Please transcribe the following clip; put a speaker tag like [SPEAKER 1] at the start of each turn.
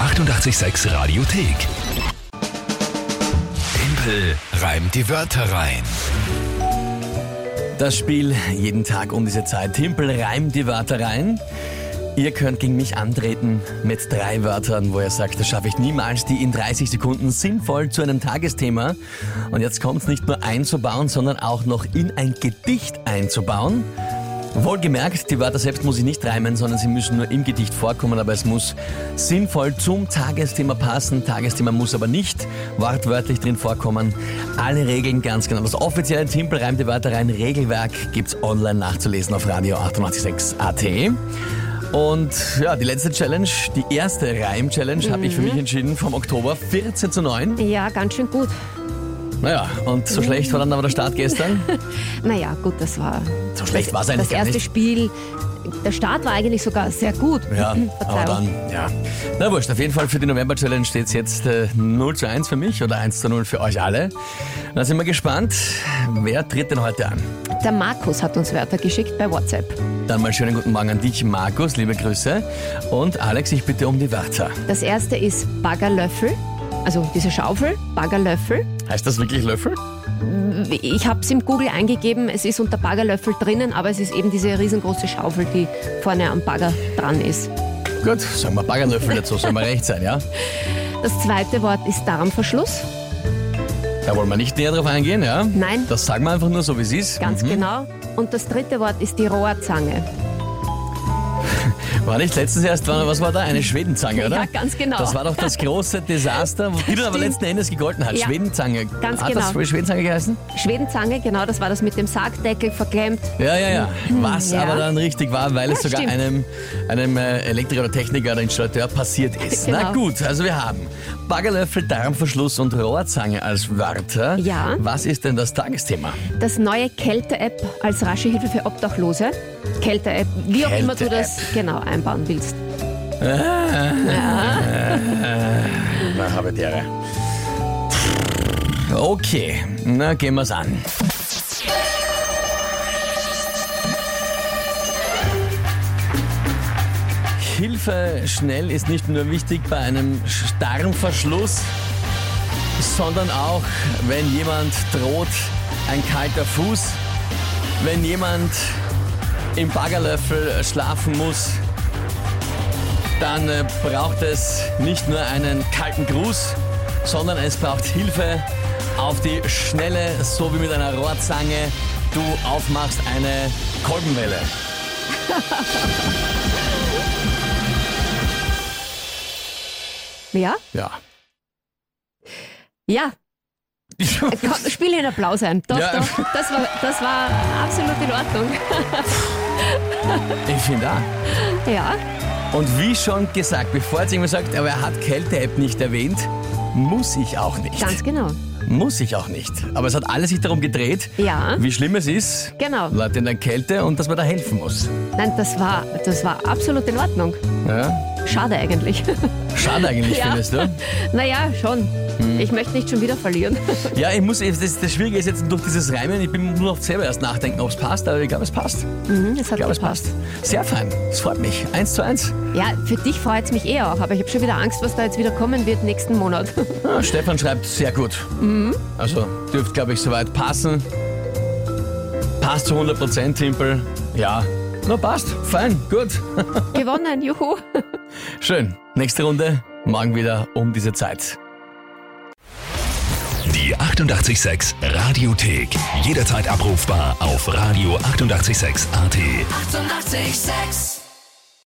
[SPEAKER 1] 886 Radiothek. Tempel reimt die Wörter rein.
[SPEAKER 2] Das Spiel jeden Tag um diese Zeit. Timpel reimt die Wörter rein. Ihr könnt gegen mich antreten mit drei Wörtern, wo ihr sagt, das schaffe ich niemals, die in 30 Sekunden sinnvoll zu einem Tagesthema. Und jetzt kommt es nicht nur einzubauen, sondern auch noch in ein Gedicht einzubauen. Wohlgemerkt, die Wörter selbst muss ich nicht reimen, sondern sie müssen nur im Gedicht vorkommen, aber es muss sinnvoll zum Tagesthema passen. Tagesthema muss aber nicht wortwörtlich drin vorkommen. Alle Regeln ganz genau. Das offizielle Timpel reimt die Wörter rein. Regelwerk gibt's online nachzulesen auf Radio 886 AT. Und ja, die letzte Challenge, die erste Reim-Challenge, habe ich für mich entschieden vom Oktober 14 zu 9.
[SPEAKER 3] Ja, ganz schön gut.
[SPEAKER 2] Naja, und so schlecht war dann aber der Start gestern.
[SPEAKER 3] Naja, gut, das war.
[SPEAKER 2] So schlecht war es eigentlich
[SPEAKER 3] Das
[SPEAKER 2] gar
[SPEAKER 3] erste
[SPEAKER 2] nicht.
[SPEAKER 3] Spiel, der Start war eigentlich sogar sehr gut. Mhm,
[SPEAKER 2] Ja, aber
[SPEAKER 3] Verzeihung.
[SPEAKER 2] dann, ja. Na wurscht, auf jeden Fall für die November-Challenge steht es jetzt äh, 0 zu 1 für mich oder 1 zu 0 für euch alle. Da sind wir gespannt, wer tritt denn heute an?
[SPEAKER 3] Der Markus hat uns Wörter geschickt bei WhatsApp.
[SPEAKER 2] Dann mal schönen guten Morgen an dich, Markus, liebe Grüße. Und Alex, ich bitte um die Wörter.
[SPEAKER 3] Das erste ist Baggerlöffel, also diese Schaufel, Baggerlöffel.
[SPEAKER 2] Heißt das wirklich Löffel?
[SPEAKER 3] Ich habe es im Google eingegeben, es ist unter Baggerlöffel drinnen, aber es ist eben diese riesengroße Schaufel, die vorne am Bagger dran ist.
[SPEAKER 2] Gut, sagen wir Baggerlöffel dazu, soll mal recht sein, ja?
[SPEAKER 3] Das zweite Wort ist Darmverschluss.
[SPEAKER 2] Da wollen wir nicht näher drauf eingehen, ja?
[SPEAKER 3] Nein.
[SPEAKER 2] Das sagen wir einfach nur so, wie es ist.
[SPEAKER 3] Ganz genau. Und das dritte Wort ist die Rohrzange.
[SPEAKER 2] War nicht letztens erst, war, was war da? Eine Schwedenzange, oder?
[SPEAKER 3] Ja, ganz genau.
[SPEAKER 2] Das war doch das große Desaster, wo die dann aber
[SPEAKER 3] stimmt.
[SPEAKER 2] letzten Endes gegolten hat.
[SPEAKER 3] Ja,
[SPEAKER 2] Schwedenzange.
[SPEAKER 3] ganz
[SPEAKER 2] hat das
[SPEAKER 3] genau.
[SPEAKER 2] früher Schwedenzange geheißen?
[SPEAKER 3] Schwedenzange, genau, das war das mit dem Sargdeckel verklemmt.
[SPEAKER 2] Ja, ja, ja. Was
[SPEAKER 3] Hm, ja.
[SPEAKER 2] aber dann richtig war, weil es
[SPEAKER 3] Ja,
[SPEAKER 2] sogar
[SPEAKER 3] stimmt.
[SPEAKER 2] einem, einem äh, Elektriker oder Techniker oder Installateur passiert ist. Na
[SPEAKER 3] Genau.
[SPEAKER 2] gut, also wir haben Baggerlöffel, Darmverschluss und Rohrzange als Wörter.
[SPEAKER 3] Ja.
[SPEAKER 2] Was ist denn das Tagesthema?
[SPEAKER 3] Das neue Kälte-App als rasche Hilfe für Obdachlose. Kälte-App, wie auch immer du das genau einbauen willst.
[SPEAKER 2] Na, habe die Ehre. Okay, na gehen wir's an. Hilfe schnell ist nicht nur wichtig bei einem starren Verschluss, sondern auch, wenn jemand droht, ein kalter Fuß, wenn jemand im Baggerlöffel schlafen muss, dann äh, braucht es nicht nur einen kalten Gruß, sondern es braucht Hilfe auf die Schnelle, so wie mit einer Rohrzange du aufmachst eine Kolbenwelle.
[SPEAKER 3] Ja?
[SPEAKER 2] Ja.
[SPEAKER 3] Ja, komm, spiel den Applaus ein. Doch,
[SPEAKER 2] Ja.
[SPEAKER 3] doch, das war, das war absolut in Ordnung.
[SPEAKER 2] ich finde auch.
[SPEAKER 3] Ja,
[SPEAKER 2] Und wie schon gesagt, bevor jetzt irgendwer sagt, aber er hat Kälte-App nicht erwähnt, muss ich auch nicht.
[SPEAKER 3] ganz genau.
[SPEAKER 2] Muss ich auch nicht. Aber es hat alles sich darum gedreht,
[SPEAKER 3] Ja.
[SPEAKER 2] wie schlimm es ist,
[SPEAKER 3] Genau.
[SPEAKER 2] Leute in der Kälte und dass man da helfen muss.
[SPEAKER 3] Nein, das war, das war absolut in Ordnung.
[SPEAKER 2] Ja?
[SPEAKER 3] Schade eigentlich.
[SPEAKER 2] Schade eigentlich,
[SPEAKER 3] Ja.
[SPEAKER 2] findest du?
[SPEAKER 3] Naja, schon.
[SPEAKER 2] Mhm.
[SPEAKER 3] Ich möchte nicht schon wieder verlieren.
[SPEAKER 2] Ja, ich muss, das, das Schwierige ist jetzt durch dieses Reimen, ich bin nur noch selber erst nachdenken, ob es passt, aber ich glaube, es passt.
[SPEAKER 3] Mhm, Es hat
[SPEAKER 2] Ich glaube, es
[SPEAKER 3] gepasst.
[SPEAKER 2] passt. Sehr fein, es freut mich. Eins zu eins.
[SPEAKER 3] Ja, für dich freut es mich eh auch, aber ich habe schon wieder Angst, was da jetzt wieder kommen wird nächsten Monat.
[SPEAKER 2] Ah, Stefan schreibt, sehr gut. Also, dürfte, glaube ich, soweit passen. Passt zu 100% Timpel. Ja, na passt, fein, gut.
[SPEAKER 3] Gewonnen, juhu.
[SPEAKER 2] Schön. Nächste Runde, morgen wieder um diese Zeit.
[SPEAKER 1] Die 886 Radiothek. Jederzeit abrufbar auf radio886.at. 886! 886.
[SPEAKER 4] 886